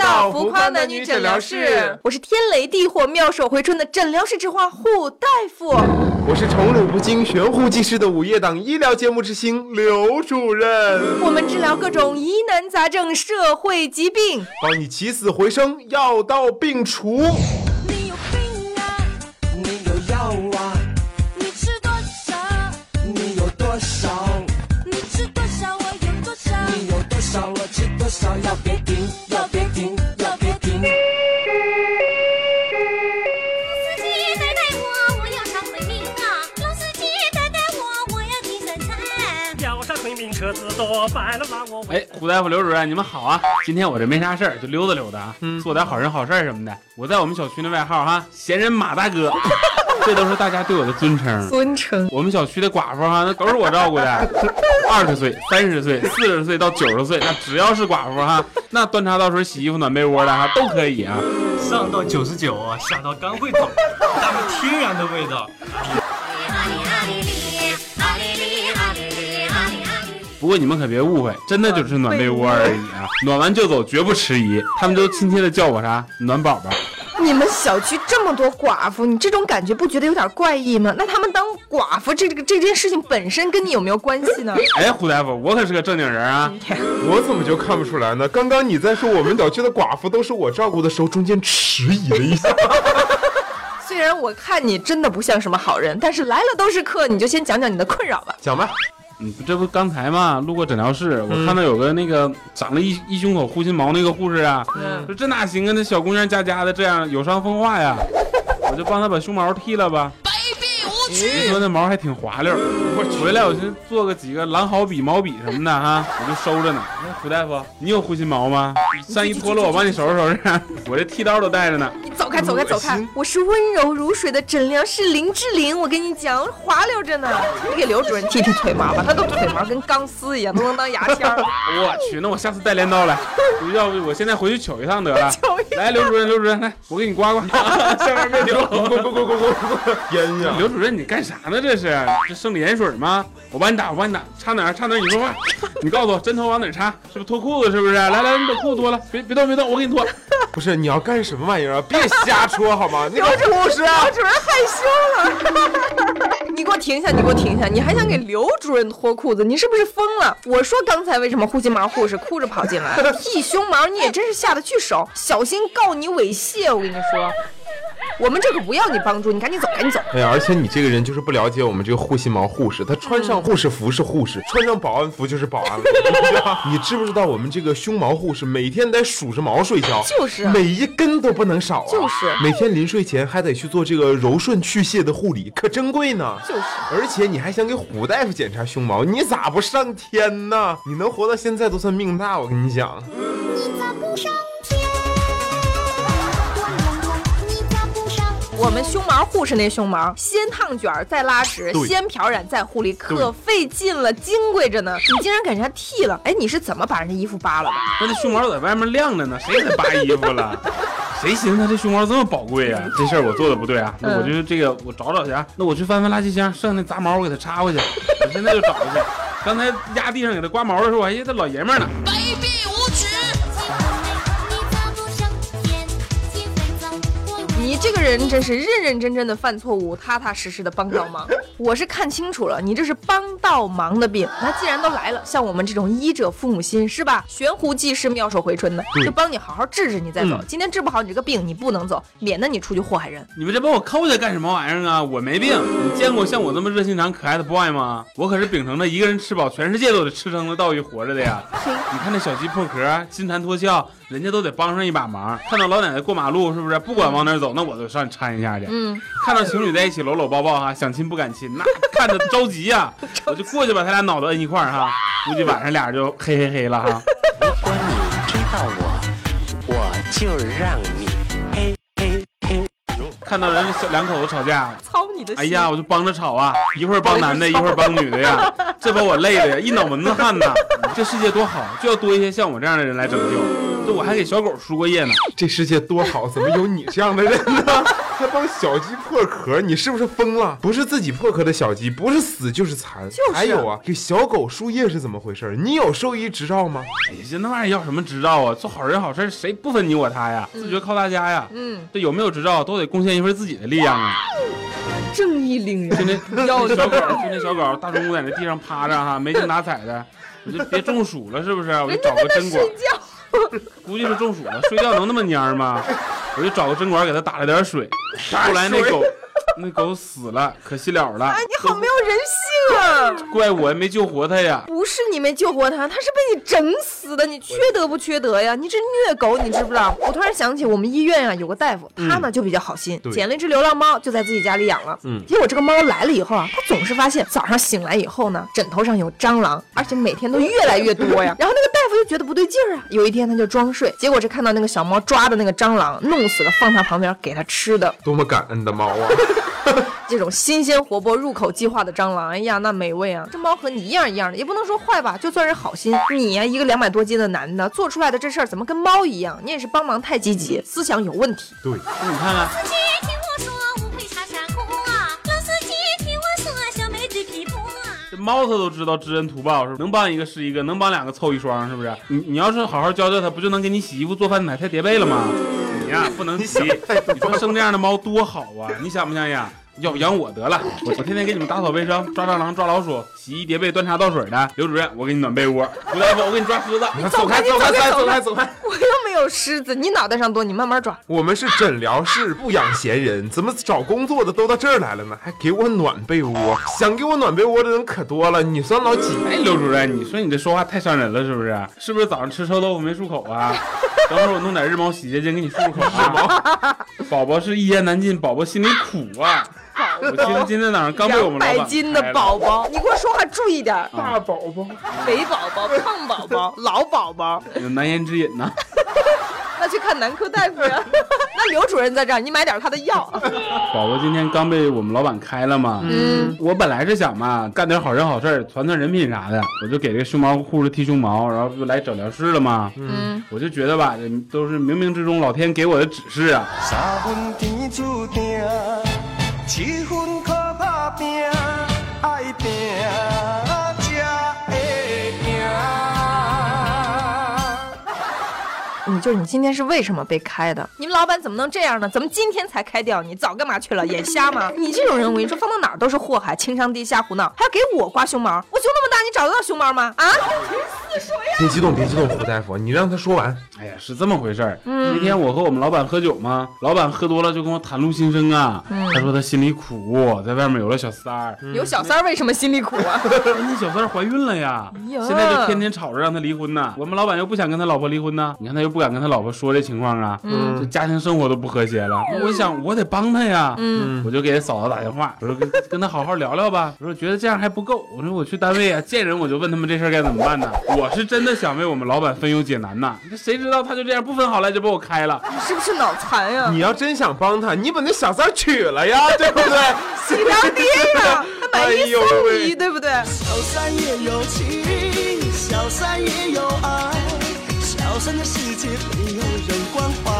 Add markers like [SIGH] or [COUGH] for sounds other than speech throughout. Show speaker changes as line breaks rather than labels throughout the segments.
到浮夸男女诊疗室，
我是天雷地火、妙手回春的诊疗室之花护大夫，
我是宠辱不惊、悬壶济世的午夜档医疗节目之星刘主任，
我们治疗各种疑难杂症、社会疾病。
帮你起死回生，药到病除。
你有病啊！
你有药啊，
你吃多少？
你有多少？
你吃多少？我有多少？
你有多少我吃多少，要别停，要别停，要别停。
司机带带我，我要上回命啊！老司机带带我，我要去三餐。
脚上没名车子多，白了马我。
哎，胡大夫、刘主任，你们好啊！今天我这没啥事儿，就溜达溜达啊，做点好人好事儿什么的。我在我们小区那外号哈，闲人马大哥， [LAUGHS] 这都是大家对我的尊称。
尊称
我们小区的寡妇哈、那都是我照顾的，二十岁、三十岁、四十岁到九十岁，那只要是寡妇哈、那端茶倒水、洗衣服、暖被窝的哈、都可以啊。
上到九十九，下到刚会走，那个天然的味道。
阿里阿里里，阿里里阿里里阿里阿里。
不过你们可别误会，真的就是暖被窝而已啊，暖完就走，绝不迟疑。他们都亲切的叫我啥暖宝宝。
你们小区这么多寡妇，你这种感觉不觉得有点怪异吗？那他们当寡妇这这个这件事情本身跟你有没有关系呢？
哎，胡大夫，我可是个正经人啊。
我怎么就看不出来呢？刚刚你在说我们小区的寡妇都是我照顾的时候，中间迟疑了一下。
[LAUGHS] 虽然我看你真的不像什么好人，但是来了都是客，你就先讲讲你的困扰吧。
讲吧，
你嗯这不刚才嘛，路过诊疗室，我看到有个那个长了一一胸口护心毛那个护士啊，说这哪行啊？那小姑娘家家的这样有伤风化 [LAUGHS] 呀，我就帮她把胸毛剃了吧。卑鄙无耻！你说那毛还挺滑溜儿，回来我寻思做个几个狼毫笔、毛笔什么的 [LAUGHS] 哈，我就收着呢。那胡大夫，你有护心毛吗？上衣脱了，我帮你收拾收 [LAUGHS] 拾。我这剃刀都带着呢。
你走开，走开，走
恶
开
心！
我是温柔如水的诊疗室林志玲，我跟你讲，滑溜着呢。你给刘主任剃剃腿毛吧，他都腿毛跟钢丝一样，都能当牙
[LAUGHS]
签儿。
我去，那我下次带镰刀来，要不我现在回去 [LAUGHS] 取一趟得了。
求一
来，刘主任，刘主任，来，我给你刮刮。 [LAUGHS] 下面别留。
滚滚滚滚滚滚滚，烟呀！
刘主任，你干啥呢？这是这生理盐水吗？我帮你打，我帮你打，插哪儿？插哪儿？你说话，你告诉我针头往哪儿插？是不是脱裤子？是不是？来来，你把裤子脱了，别别动别动，我给你脱。
不是你要干什么玩意儿啊？别瞎说好吗？那
刘主
个护士啊，
刘主任害羞了。你给我停下！你给我停下！你还想给刘主任脱裤子？你是不是疯了？我说刚才为什么护心毛护士哭着跑进
[LAUGHS]
来？剃胸毛你也真是下得去手，小心告你猥亵！我跟你说，我们这可不要你帮助，你赶紧走，赶紧走。
哎呀，而且你这个人就是不了解我们这个护心毛护士，她穿上护士服是护
嗯
士，穿上保安服就是保安了。你知不知
[LAUGHS]
道你知不知道我们这个胸毛护士每天得数着毛睡觉，
就是啊
每一根都不能少啊，
就是
每天临睡前还得去做这个柔顺去屑的护理，可珍贵呢。
就是
而且你还想给虎大夫检查胸毛，你咋不上天呢？你能活到现在都算命大，我跟你讲。
你咋不上天？你咋不上？
我们胸毛护士那胸毛，先烫卷儿，再拉直，
对
先漂染，再护理，可费劲了，金贵着呢。你竟然给人家剃了，哎，你是怎么把人家衣服扒了的？
那这胸毛在外面晾着呢，谁给他扒衣服了？谁寻思他这胸毛这么宝贵啊？这事儿我做的不对啊，那我就这个我找找去啊，那我去翻翻垃圾箱，剩下那杂毛我给他插回去，我现在就找去。刚才压地上给他刮毛的时候，我还寻思这老爷们儿呢。
卑鄙无耻！你咋不上天？天在脏，我
你这个人真是认认真真的犯错误，踏踏实实的帮倒
[LAUGHS]
忙。我是看清楚了，你这是帮倒忙的病。那既然都来了，像我们这种医者父母心是吧？悬壶济世，妙手回春的，就帮你好好治治你再走。
嗯
今天治不好你这个病，你不能走，免得你出去祸害人。
你们这把我扣下干什么玩意儿啊？我没病，你见过像我这么热心肠、可爱的 boy 吗？我可是秉承着一个人吃饱全世界都得吃撑的道义活着的呀。你看那小鸡破壳、金蝉脱壳，人家都得帮上一把忙。看到老奶奶过马路，是不是不管往哪儿走，那我就上去搀一下去。
嗯，
看到情侣在一起搂搂抱抱哈，想亲不敢亲，那看着着急呀、我就过去把他俩脑袋摁一块儿哈，估计晚上俩人就嘿嘿嘿了哈。
如果你追到我，我就让你嘿嘿嘿。
看到人家小两口子吵架，
操你的心！
哎呀，我就帮着吵啊，一会儿帮男的，一会儿帮女的呀，
[LAUGHS]
这把我累的呀，一脑门子汗呐。 [LAUGHS] 这世界多好，就要多一些像我这样的
嗯
人来拯救。这我还给小狗输过液呢，
这世界多好，怎么有你这样的人呢？ [LAUGHS] 还帮小鸡破壳，你是不是疯了？不是自己破壳的小鸡，不是死就是残。
就是
还有啊，给小狗输液是怎么回事？你有兽医执照吗？
哎呀，这那玩意儿要什么执照啊？做好人好事，谁不分你我他呀？自觉靠大家呀。
嗯，
这有没有执照都得贡献一份自己的力量
[LAUGHS]
啊！
正义凛
就
然，
那就
要
那小狗，就那小狗大中午在那地上趴着哈，没精打采
[LAUGHS]
的，我就别中暑了是不是？啊我就
人家
找
在
个
哎那
针管
睡，觉。
估计是中暑了，睡觉能那么蔫儿吗？我就找个针管给它打了点水，后来那狗那狗死了，可惜了了
哎，，你好没有人性啊！
怪我没救活它呀。
不是你没救活它，它是被你整死的，你缺德不缺德呀？你这虐狗，你知不知道？我突然想起我们医院啊，有个大夫，他呢就比较好心，
对
捡了一只流浪猫，就在自己家里养了。
嗯
结果这个猫来了以后啊，它总是发现早上醒来以后呢，枕头上有蟑螂，而且每天都越来越多 [LAUGHS] 呀。然后那个大夫就觉得不对劲儿啊，有一天他就装睡，结果是看到那个小猫抓的那个蟑螂，弄死了，放它旁边给它吃的。
多么感恩的猫啊！
这种新鲜活泼、入口即化的蟑螂，哎呀，那美味啊！这猫和你一样一样的，也不能说坏吧，就算是好心。你呀、一个两百多斤的男的，做出来的这事儿怎么跟猫一样？你也是帮忙太积极，思想有问题。
对，
那你看看，
啊
司机听我说，无愧长山姑啊！老司机听我说，小妹子皮肤啊！
这猫它都知道知恩图报，是不是？能帮一个是一个，能帮两个凑一双，是不是？你你要是好好教教它，不就能给你洗衣服、做饭、买菜、叠被了吗？你呀，不能急。你说生这样的猫多好啊！你想不想养？要不养我得了，我我天天给你们打扫卫生、抓蟑螂、抓老鼠、洗衣叠被、端茶倒水的。刘主任，我给你暖被窝；吴大夫，我给你抓虱子。
走开，你走
走开，
开，
走
走
开，
开！
走开！
我又没有狮子，你脑袋上多，你慢慢抓。
我们是诊疗室，不养闲人。怎么找工作的都到这儿来了呢？还给我暖被窝，想给我暖被窝的人可多了。你算老几？
哎，刘主任，你说你这说话太伤人了，是不是？是不是早上吃臭豆腐没漱口 [LAUGHS] 啊？等会儿我弄点日猫洗洁精给你漱漱口啊。宝宝是一言难尽，宝宝心里苦啊。我记得今天早上刚被我
两
们老板
百斤的
开了啊
宝宝，你给我说话注意点儿，
大宝宝，
肥宝
[LAUGHS]
宝、胖宝宝、老宝宝，
有难言之隐呐、
[LAUGHS] 那去看男科大夫呀。 [LAUGHS] 那刘主任在这儿，你买点儿他的 [LAUGHS] 药。
宝宝今天刚被我们老板开了嘛。
嗯，
我本来是想嘛，干点好人好事儿，传传人品啥的，我就给这个胸毛护士剃胸毛，然后不就来诊疗室了嘛。
嗯，
我就觉得吧，这都是冥冥之中老天给我的指示啊。
三分天注定，七分靠打拼，爱拼才会赢。
你就是你今天是为什么被开的？你们老板怎么能这样呢？怎么今天才开掉你？早干嘛去了？眼瞎吗？你这种人，我跟你说，放到哪儿都是祸害，情商低，瞎胡闹，还要给我刮胸毛？我胸那么大，你找得到胸毛吗？啊？
别激动，别激动，胡大夫，你让他说完。
哎呀，是这么回事儿。那天我和我们老板喝酒嘛，老板喝多了就跟我袒露心声啊。他说他心里苦，在外面有了小三儿，
嗯
有小三儿为什么心里苦
[LAUGHS]
啊？
人家小三儿怀孕了呀，
呀
现在就天天吵着让他离婚呐。我们老板又不想跟他老婆离婚呐，你看他又不敢跟他老婆说这情况啊，这家庭生活都不和谐了。那我想我得帮他呀，我就给嫂子打电话，我说跟跟他好好聊聊吧。我说觉得这样还不够，我说我去单位啊见人我就问他们这事儿该怎么办呢？我是真的想为我们老板分忧解难呐，这谁知道他就这样不分好赖就把我开了。
你是不是脑残呀、
你要真想帮他，你把那小三儿娶了呀，
[LAUGHS]
对不对？
你当爹
[LAUGHS]
呀？他买
哎
一
呦
送
喂
一，对不对？
小三也有情，小三也有爱，小三的世界没有人关怀。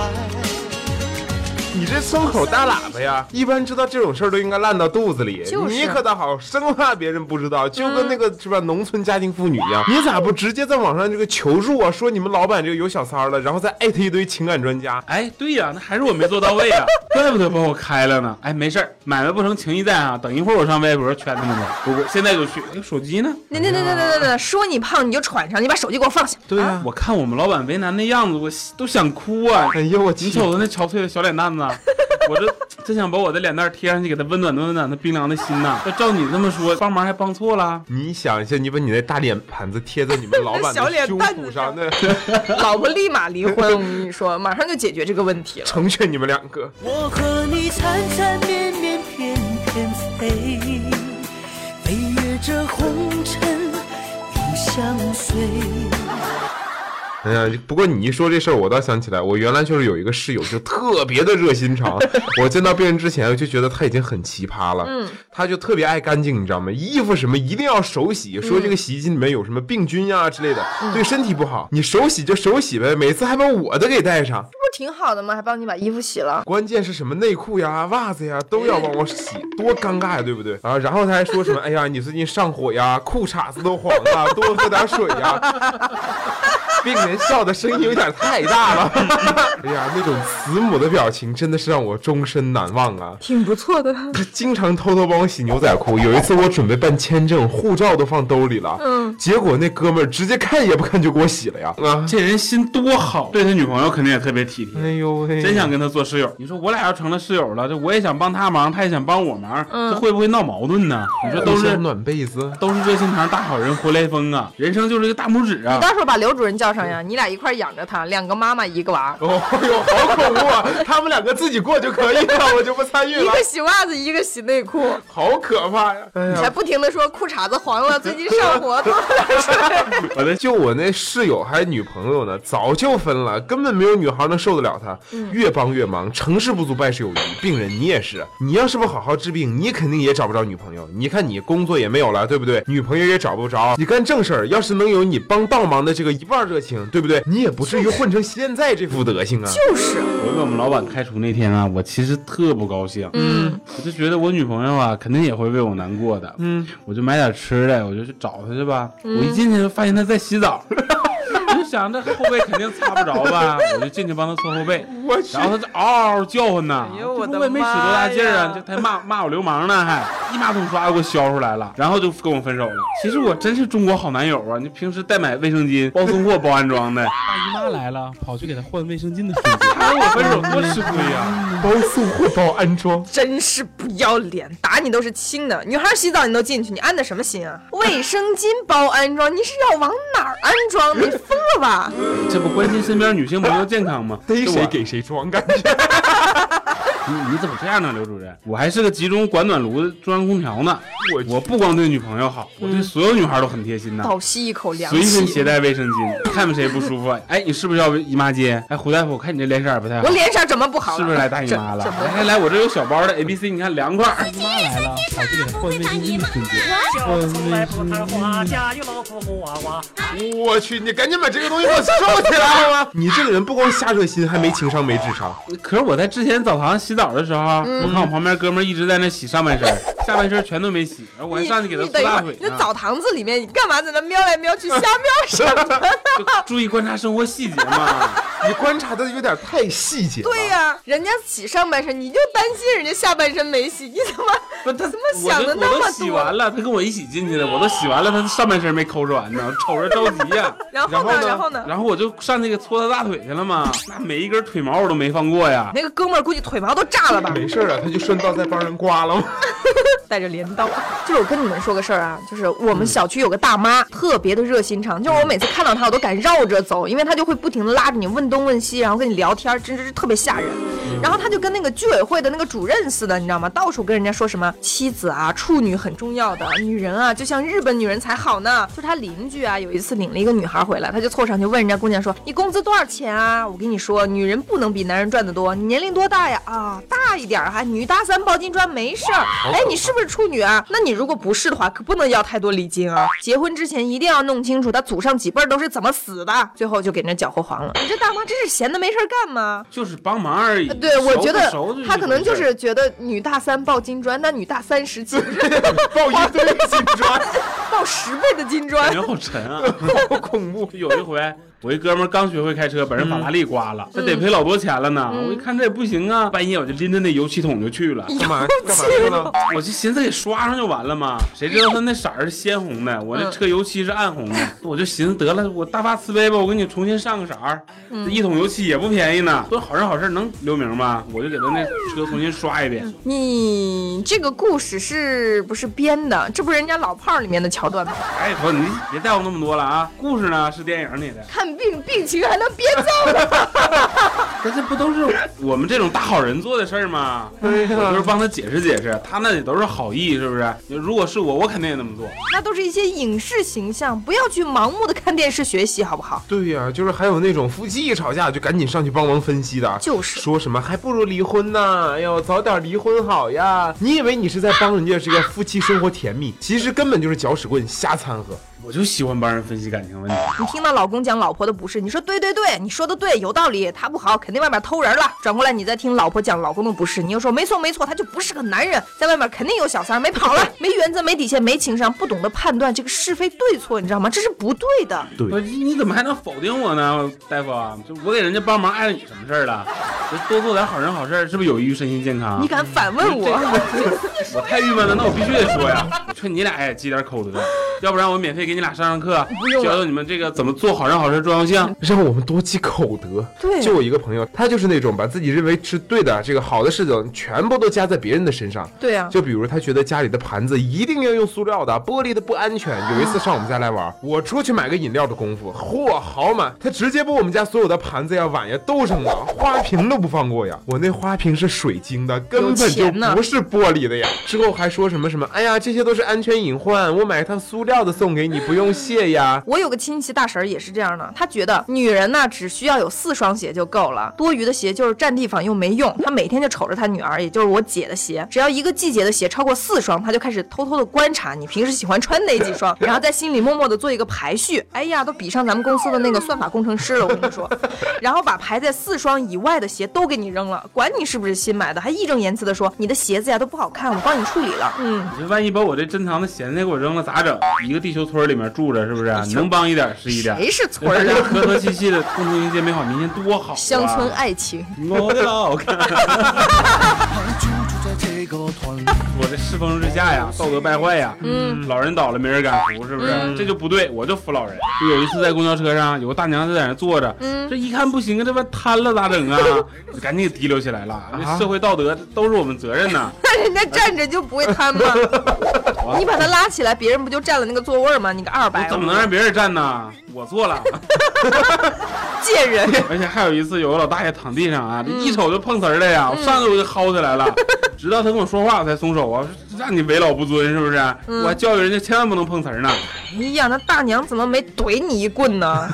你这松口大喇叭呀！一般知道这种事儿都应该烂到肚子里。
就是嗯
你可倒好，生怕别人不知道，就跟那个、是吧，农村家庭妇女一样。你咋不直接在网上这个求助啊？说你们老板这个有小三儿了，然后再艾特一堆情感专家。
哎，对呀、那还是我没做到位啊呀、 [LAUGHS] 怪不得把我开了呢。哎，没事儿，买卖不成情义在啊。等一会儿我上微博圈他们去，我我现在就去。哎，手机呢？
那那那那那那那，说你胖你就喘上，你把手机给我放下。
对呀、
我看我们老板为难那样子，我都想哭啊。
哎呦我去！
你瞅他那憔悴的小脸蛋子，我 [LAUGHS] 这真想把我的脸蛋贴上去，给他温暖温暖他冰凉的心 [LAUGHS] 呐、要照你这么说，帮忙还帮错了。
你想一下，你把你那大脸盘子贴在你们老
那
板
小
的
脸
胸
蛋
脯
子
上，那
老婆立马离婚，我跟你说，马上就解决这个问题了。
成全你们两个。
我和你缠缠绵绵，翩翩飞，飞越这红尘，永相随。
哎呀，不过你一说这事儿，我倒想起来，我原来就是有一个室友，就特别的热心肠。我见到病人之前，我就觉得他已经很奇葩了。嗯，他就特别爱干净，你知道吗？衣服什么一定要手洗，说这个洗衣机里面有什么啊病菌呀、之类的，对身体不好。你手洗就手洗呗，每次还把我的给带上。
我挺好的嘛，还帮你把衣服洗了。
关键是什么内裤呀、袜子呀都要帮我洗，多尴尬呀，对不对啊？然后他还说什么，哎呀，你最近上火呀，裤衩子都黄
[LAUGHS]
了，多喝点水呀。病人笑的声音有点太大
[LAUGHS]
了，哎呀，那种慈母的表情真的是让我终身难忘啊！
挺不错的，
他经常偷偷帮我洗牛仔裤。有一次我准备办签证，护照都放兜里了，
嗯，
结果那哥们儿直接看也不看就给我洗了呀！啊，
这人心多好，对他女朋友肯定也特别体贴。
哎呦喂，
真想跟他做室友。你说我俩要成了室友了，这我也想帮他忙，他也想帮我忙，这会不会闹矛盾呢？你说都
都是
嗯是
暖被子，
都是热心肠大好人活雷锋啊，人生就是一个大拇
[LAUGHS]
指啊
到。时候把刘主任叫上呀，你俩一块儿养着他，两个妈妈一个娃，
[LAUGHS] 哦呦，好恐怖啊！他们两个自己过就可以了，我就不参与
一
了，
个洗袜子，一个洗内裤，
好可怕呀！哎
你还
呀，
不停的说裤衩子黄了，最近上火，多喝点水。
我的就我那室友还女朋友呢，早就分了，根本没有女孩能受得了他。越帮越忙，成事不足败事有余。病人你也是，你要是不好好治病，你肯定也找不着女朋友。你看你工作也没有了，对不对？女朋友也找不着。你干正事儿，要是能有你帮倒忙的这个一半热情，对不对？你也不至于混成现在这副德行啊！
就是，
我被我们老板开除那天啊，我其实特不高兴，
嗯，
我就觉得我女朋友啊，肯定也会为我难过的，嗯，我就买点吃的，我就去找她去吧。我一进去就发现她在洗澡，我就想这后背肯定擦不着吧，我就进去帮她搓后背，
我去
然后她就嗷嗷叫唤呐，
哎呦我的
这不我也没使多大劲儿啊，
妈呀
就她骂骂我流氓呢，还一马桶刷就给我削出来了，然后就跟我分手了。其实我真是中国好男友啊，你平时代买卫生巾、包送货、包安装的，
大姨妈来了，跑去给她换卫生巾的瞬间。
他跟我分手多吃亏呀、
包送货包安装，
[LAUGHS] 真是不要脸，打你都是轻的。女孩洗澡你都进去，你安的什么心啊？卫生巾包安装，你是要往哪儿安装？你疯了吧？
这不关心身边女性朋友健 [LAUGHS] 康吗？
逮
这
谁
我
给谁装，感觉。
你你怎么这样呢，刘主任？我还是个集中管暖炉、中央空调呢。我不光对女朋友好，我对所有女孩都很贴心呢。
倒吸一口凉
随身携
嗯气。
带卫生巾，看着谁不舒服，哎，你是不是要姨妈巾？哎，胡大夫，我看你这脸色儿不太好
我，脸色怎么不好了？
是不是来大姨妈了？
怎么
来来来，我这有小包的 A B C，你看凉快儿。
大姨妈来了，跑去给她换卫生巾的瞬间。
叫从啊来不贪花，家有老虎娃娃。
我去，你赶紧把这个东西给我收起来好吗？ [LAUGHS] 你这个人不光瞎热心，还没情商没智商。
可是我在之前澡堂洗澡的时候，啊我
嗯
看我旁边哥们儿一直在那洗上半身儿，下半身儿全都没洗，然后我还
你
上去给他
你
搓
等一会
大
儿，
腿
那
呢。
澡堂子里面，你干嘛在那瞄来瞄去，瞎瞄
[LAUGHS]
什么？
就注意观察生活细节
[LAUGHS]
嘛。
[LAUGHS] 你观察的有点太细节了。
对呀、
啊
人家洗上半身，你就担心人家下半身没洗，你怎么
不，他
怎么想的
我都
那
我
么
都洗完
多？
了，他跟我一起进去的，我都洗完了，他上半身没抠着完呢，瞅着着急呀、
然后呢？然后呢？
然后我就上去给搓他大腿去了嘛，那每一根腿毛我都没放过呀。
那个哥们儿估计腿毛都炸了吧？
没事儿啊，他就顺道再帮人刮了吗？
[LAUGHS] 带着镰刀。就是我跟你们说个事儿啊， [LAUGHS] 就是我们小区有个大妈，
嗯
特别的热心肠，就是我每次看到她，我都敢绕着走，因为她就会不停的拉着你问东问西，然后跟你聊天，真是特别吓人。
嗯
然后她就跟那个居委会的那个主任似的，你知道吗？到处跟人家说什么妻子啊、处女很重要的，女人啊就像日本女人才好呢。就她邻居啊，有一次领了一个女孩回来，她就凑上去问人家姑娘说：“你工资多少钱啊？”我跟你说，女人不能比男人赚得多。你年龄多大呀？啊，大一点儿还女大三抱金砖没事儿。哎，你是不是处女啊？那你如果不是的话，可不能要太多礼金啊！结婚之前一定要弄清楚他祖上几辈儿都是怎么死的。最后就给人家搅和黄了。你这大妈真是闲的没事儿干吗？
就是帮忙而已。
呃对，我觉得
熟不熟
她可能就
一回事
是觉得女大三抱金砖，那女大三十岂不是
[LAUGHS] 抱一堆金砖，
[LAUGHS] 抱十倍的金砖
感？觉好沉啊， [LAUGHS] 好恐怖。有一回，我一哥们儿刚学会开车，把人法拉利刮
嗯
了，这得赔老多钱了呢。我一看这也不行啊，半夜我就拎着那油漆桶就去
[LAUGHS]
了。
干嘛啊干嘛去呢？
啊
我就寻思给刷上就完了嘛，谁知道他那色儿是鲜红的，我那车油漆是暗红的，我就寻思得了，我大发慈悲吧，我给你重新上个色儿，这一桶油漆也不便宜呢，都好人好事能留名吗？我就给他那车重新刷一遍，
你这个故事是不是编的？这不是人家老炮儿里面的桥段吗？
哎，我说你别在乎那么多了啊，故事呢是电影里的，
[LAUGHS] 看病病情还能编造呢？
但这不都是我们这种大好人做的事儿吗？我就是帮他解释解释，他那也都是好意，是不是？如果是我，我肯定也那么做。
[LAUGHS] 那都是一些影视形象，不要去盲目的看电视学习，好不好？
对呀、就是还有那种夫妻一吵架就赶紧上去帮忙分析的，
就是
说什么还不如离婚呢，哎呦，早点离婚好呀！你以为你是在帮人家这个夫妻生活甜蜜，其实根本就是搅屎棍瞎掺和。
我就喜欢帮人分析感情问题。
你听到老公讲老婆的不是，你说对对对，你说的对，有道理，他不好，肯定外面偷人了。转过来你再听老婆讲老公的不是，你又说没错没错，他就不是个男人，在外面肯定有小三儿，没跑 [LAUGHS] 了，没原则，没底线，没情商，不懂得判断这个是非对错，你知道吗？这是不对的。
不是你怎么还能否定我呢，大夫啊？就我给人家帮忙，碍了你什么事儿了？就多做点好人好事儿，是不是有益于身心健康？
你敢反问我？
我太郁闷了，那我必须得说呀！劝你俩也积点口德，要不然我免费给你俩上上课，教教你们这个怎么做好人好事重要
嗯
性。
让我们多积口德。
对
就我一个朋友，他就是那种把自己认为是对的这个好的事情，全部都加在别人的身上。
[LAUGHS] 对啊
就比如他觉得家里的盘子一定要用塑料的，玻璃的不安全。有一次上我们家来玩，我出去买个饮料的功夫，嚯，好满，他直接把我们家所有的盘子呀、碗呀都扔了，花瓶都不放过呀。我那花瓶是水晶的，根本就
有钱呢
不是玻璃的呀。之后还说什么什么，哎呀，这些都是安全隐患，我买一趟塑料的送给你，不用谢呀。
我有个亲戚大婶儿也是这样的，她觉得女人呢只需要有四双鞋就够了，多余的鞋就是占地方又没用。她每天就瞅着她女儿，也就是我姐的鞋，只要一个季节的鞋超过四双，她就开始偷偷的观察你平时喜欢穿哪几双，然后在心里默默的做一个排序。哎呀，都比上咱们公司的那个算法工程师了，我跟你说。然后把排在四双以外的鞋都给你扔了，管你是不是新买的，还义正言辞的说你的鞋子呀都不好看，我帮你处理了。嗯，
你说万一把我这珍藏的咸菜给我扔了咋整？一个地球村里面住着是不是？你能帮一点是一点。
谁是村
大
儿
家
啊？
[LAUGHS] 和和气气的，共同迎接美好明天，多好、啊！
乡村爱情。
我的老看， [LAUGHS] 我这世风日下呀，道德败坏呀，嗯，老人倒了没人敢扶，是不是？这就不对，我就扶老人。就有一次在公交车上，有个大娘在那坐着，这一看不行啊，这不瘫了咋整啊？就赶紧给提溜起来了。这社会道德都是我们责任呐。
那人家站着就不会瘫
[LAUGHS]
吗？你把他拉起来，别人不就占了那个座位吗？你个二
我
百，
怎么能让别人站呢？我错了。
贱人？
而且还有一次，有个老大爷躺地上啊，这一瞅就碰瓷儿了呀，我上去我就薅起来了， [LAUGHS] 直到他跟我说话我才松手啊，我说让你为老不尊是不是？啊我还教育人家千万不能碰瓷儿呢。
哎呀，那大娘怎么没怼你一棍
[LAUGHS]
呢？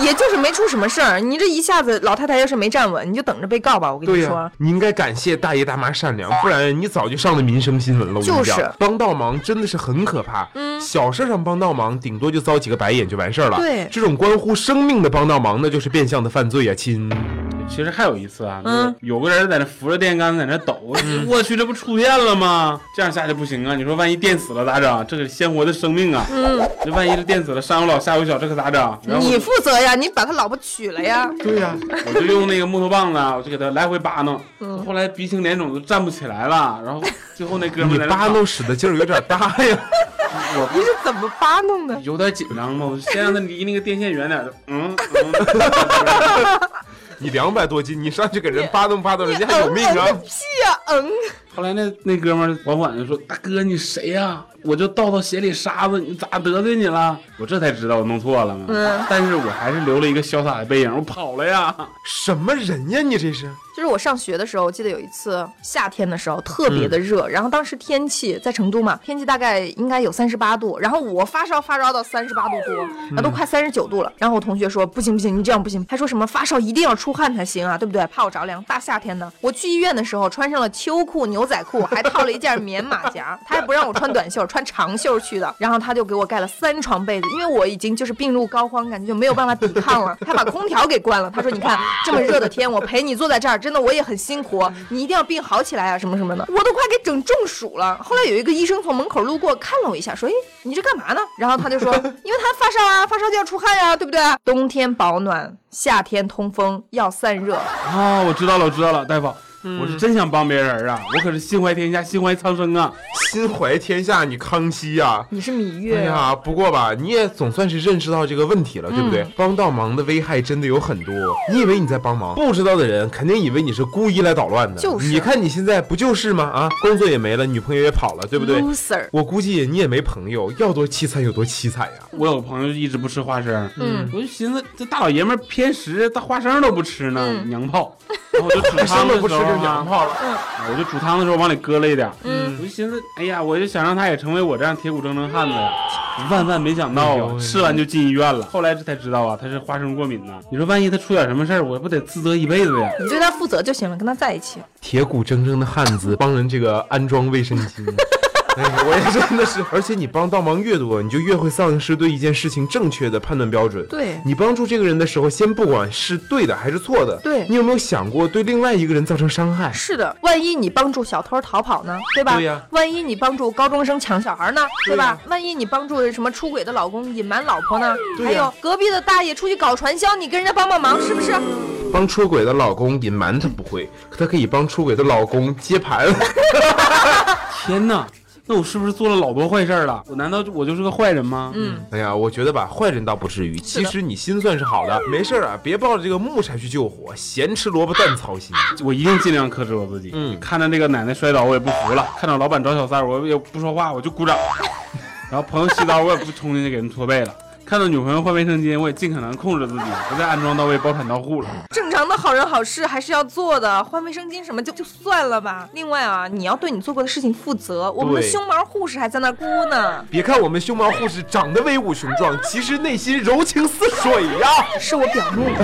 也就是没出什么事儿，你这一下子老太太要是没站稳，你就等着被告吧。我跟
对
你
呀、
说，
你应该感谢大爷大妈善良，不然你早就上了民生新闻了。我跟你
就
讲
是
帮倒忙真的是很可怕。嗯，小事上帮倒忙，顶多就遭几个白眼就完事儿了。
对
这种关乎生命的帮倒忙，那就是变相的犯罪呀、亲。
其实还有一次啊，
嗯
有个人在那扶着电杆在那抖，我去，这不触电了吗？这样下去不行啊！你说万一电死了咋整？啊这可是鲜活的生命啊！嗯，这万一电死了，上有老下有小，这可咋整？啊然后
你负责呀，你把他老婆娶了呀。
对呀、
[LAUGHS] 我就用那个木头棒子啊，我就给他来回扒弄，后来鼻青脸肿都站不起来了。然后最后那哥们
你
儿在那
扒
躺
弄使的劲儿有点大
[LAUGHS]
呀。
你是怎么扒弄的？
有点紧张嘛，我就先让他离那个电线远点儿，就嗯嗯，
你两百多斤，你上去给人扒弄扒弄，人家还有
[LAUGHS]
命
嗯嗯个
啊！
屁呀、嗯，
后来那那哥们儿缓缓的说：“大哥，你谁呀、我就倒到鞋里沙子，你咋得罪你了？”我这才知道我弄错了嘛。
嗯
但是我还是留了一个潇洒的背影，我跑了呀。
什么人呀，你这是？
就是我上学的时候，我记得有一次夏天的时候特别的热，然后当时天气在成都嘛，天气大概应该有三十八度，然后我发烧发烧到三十八度多，然后都快三十九度了。然后我同学说不行不行，你这样不行，他说什么发烧一定要出汗才行啊，对不对？怕我着凉，大夏天的。我去医院的时候穿上了秋裤、牛仔裤，还套了一件棉马甲，他还不让我穿短袖，穿长袖去的。然后他就给我盖了三床被子，因为我已经就是病入膏肓，感觉就没有办法抵抗了。他把空调给关了，他说你看这么热的天，我陪你坐在这儿，真的我也很辛苦，你一定要病好起来啊，什么什么的，我都快给整中暑了。后来有一个医生从门口路过看了我一下，说：“哎，你这干嘛呢？”然后他就说：“ [LAUGHS] 因为他发烧啊，发烧就要出汗呀、对不对？啊冬天保暖，夏天通风，要散热。
啊，我知道了，我知道了，大夫，我是真想帮别人啊，我可是心怀天下，心怀苍生啊。
心怀天下，你康熙呀、”
你是芈
哎
月呀、
呀，不过吧，你也总算是认识到这个问题了，对不
嗯
对？帮倒忙的危害真的有很多。你以为你在帮忙，不知道的人肯定以为你是故意来捣乱的。
嗯就是
你看你现在不就是吗？啊，工作也没了，女朋友也跑了，对不对
l o s e r
我估计你也没朋友，要多凄惨有多凄惨呀！
我有个朋友一直不吃花生，
嗯，
我就寻思这大老爷们儿偏食，大花生都不吃呢，
嗯
娘炮。然后我就煮汤
生
的
都
时候、啊、啊
不吃就娘炮了。
我就煮汤的时候往里搁了一点儿，
嗯
我就寻思，哎呀，我就想让他也成为我这样铁骨铮铮汉子呀，
嗯
万万没想
哎
到啊，吃完就进医院了。后来这才知道啊，他是花生过敏呐。你说万一他出点什么事儿，我不得自责一辈子呀？
你对他负责就行了，跟他在一起。
铁骨铮铮的汉子帮人这个安装卫生巾， [LAUGHS] 哎呀我也真的是，而且你帮倒忙越多，你就越会丧失对一件事情正确的判断标准。
对
你帮助这个人的时候，先不管是对的还是错的，
对
你有没有想过对另外一个人造成伤害？
是的，万一你帮助小偷逃跑呢，对吧？
对呀
万一你帮助高中生抢小孩呢，对
对
吧？
呀
万一你帮助什么出轨的老公隐瞒老婆呢？
对
还
呀
有隔壁的大爷出去搞传销，你跟人家帮帮忙，是不是？
帮出轨的老公隐瞒他不会，可他可以帮出轨的老公接盘。
[LAUGHS]
天哪，那我是不是做了老多坏事儿了？我难道就我就是个坏人吗？
嗯，
哎呀，我觉得吧，坏人倒不至于，
的
其实你心算是好的，没事儿啊，别抱着这个木柴去救火，咸吃萝卜淡操心。
我一定尽量克制我自己。
嗯
看着这个奶奶摔倒，我也不服了；看着老板找小三儿，我也不说话，我就鼓掌。然后朋友洗澡，我也不冲进去给人搓背了。看到女朋友换卫生间，我也尽可能控制自己，不再安装到位、包产到户了。
正常的好人好事还是要做的，换卫生巾什么就就算了吧。另外啊，你要对你做过的事情负责。我们的
对
胸毛护士还在那儿哭呢，
别看我们胸毛护士长得威武雄壮，其实内心柔情似水呀、
是我表妹。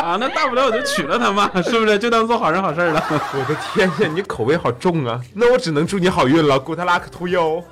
啊，那大不了我就娶了她嘛，是不是？就当做好人好事儿了。
我的天呀，你口味好重啊！那我只能祝你好运了，Good luck to you。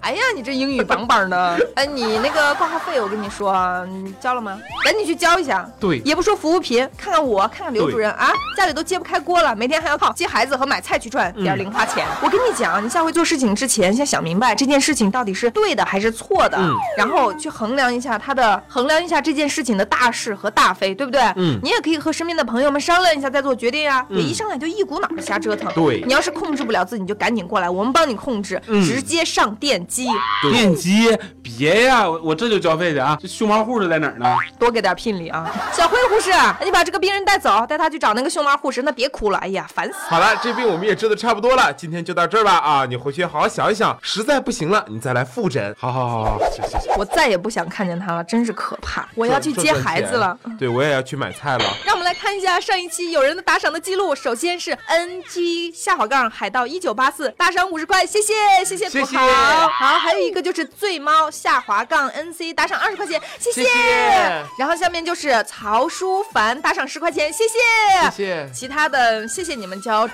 哎呀，你这英语棒棒的！ [LAUGHS] 哎，你那个挂号费，我跟你说啊，你交了吗？赶紧去交一下。
对
也不说扶不贫，看看我，看看刘主任啊，家里都揭不开锅了，每天还要靠接孩子和买菜去赚
嗯
点零花钱。我跟你讲，你下回做事情之前，先想明白这件事情到底是对的还是错的，
嗯
然后去衡量一下它的，衡量一下这件事情的大是和大非，对不对？
嗯
你也可以和身边的朋友们商量一下，再做决定呀、别一上来就一股脑儿瞎折腾。
对
你要是控制不了自己，你就赶紧过来，我们帮你控制，直接上电击，
电击，别呀、我我这就交费去啊！这胸毛护士在哪儿呢？
多给点聘礼啊！小辉护士，啊你把这个病人带走，带他去找那个胸毛护士，那别哭了，哎呀，烦死！
好了，这病我们也治的差不多了，今天就到这儿吧啊！你回去好好想一想，实在不行了你再来复诊。好好好好，行行行，
我再也不想看见他了，真是可怕！我
我
要去接孩子了。。
对，我也要去买菜了。
让我们来看一下上一期有人的打赏的记录。首先是 N G 下好杠海盗一九八四打赏五十块，谢谢谢谢
谢
土
谢
豪。好，还有一个就是醉猫下滑杠 N C 打赏二十块钱，谢谢
谢谢
然后下面就是曹舒凡打赏十块钱，谢谢
谢谢
其他的谢谢你们交。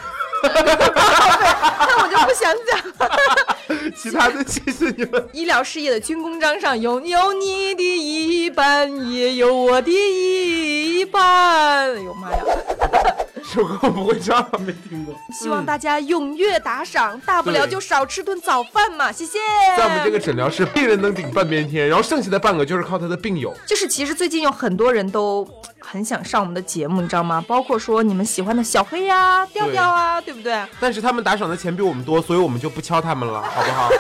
那我就不想讲了。 [LAUGHS]
其他的谢谢你们。
医疗事业的军功章上有有你的一半，也有我的一半。哎呦妈呀！
这首歌我不会唱，没听过。
希望大家踊跃打赏，大不了就少吃顿早饭嘛，谢谢。
在我们这个诊疗室，病人能顶半边天，然后剩下的半个就是靠他的病友。
就是其实最近有很多人都很想上我们的节目，你知道吗？包括说你们喜欢的小黑呀、调调啊，对不对？
但是他们打赏的钱比我们多，所以我们就不敲他们了， [LAUGHS] 好不好？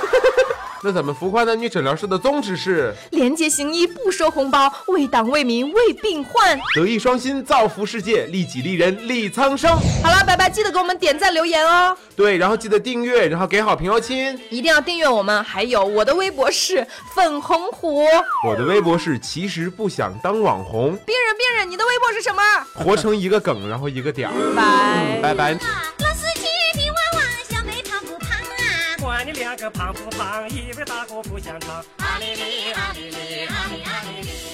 那咱们浮夸男女诊疗室的宗旨是
廉洁行医，不收红包，为党为民为病患。
德艺双馨，造福世界，利己利人，利苍生。
好了，拜拜，记得给我们点赞留言哦，
对，然后记得订阅，然后给好评哦，亲。
一定要订阅我们。还有我的微博是粉红
[LAUGHS]
虎，
我的微博是其实不想当网红，
病人病人，你的微博是什么？
活成一个梗，然后一个点儿。
拜。
拜拜。
老司机，你问我小妹胖不胖啊？
管你两个胖不胖，一味大锅不想汤。
阿里里阿里里阿里阿里里。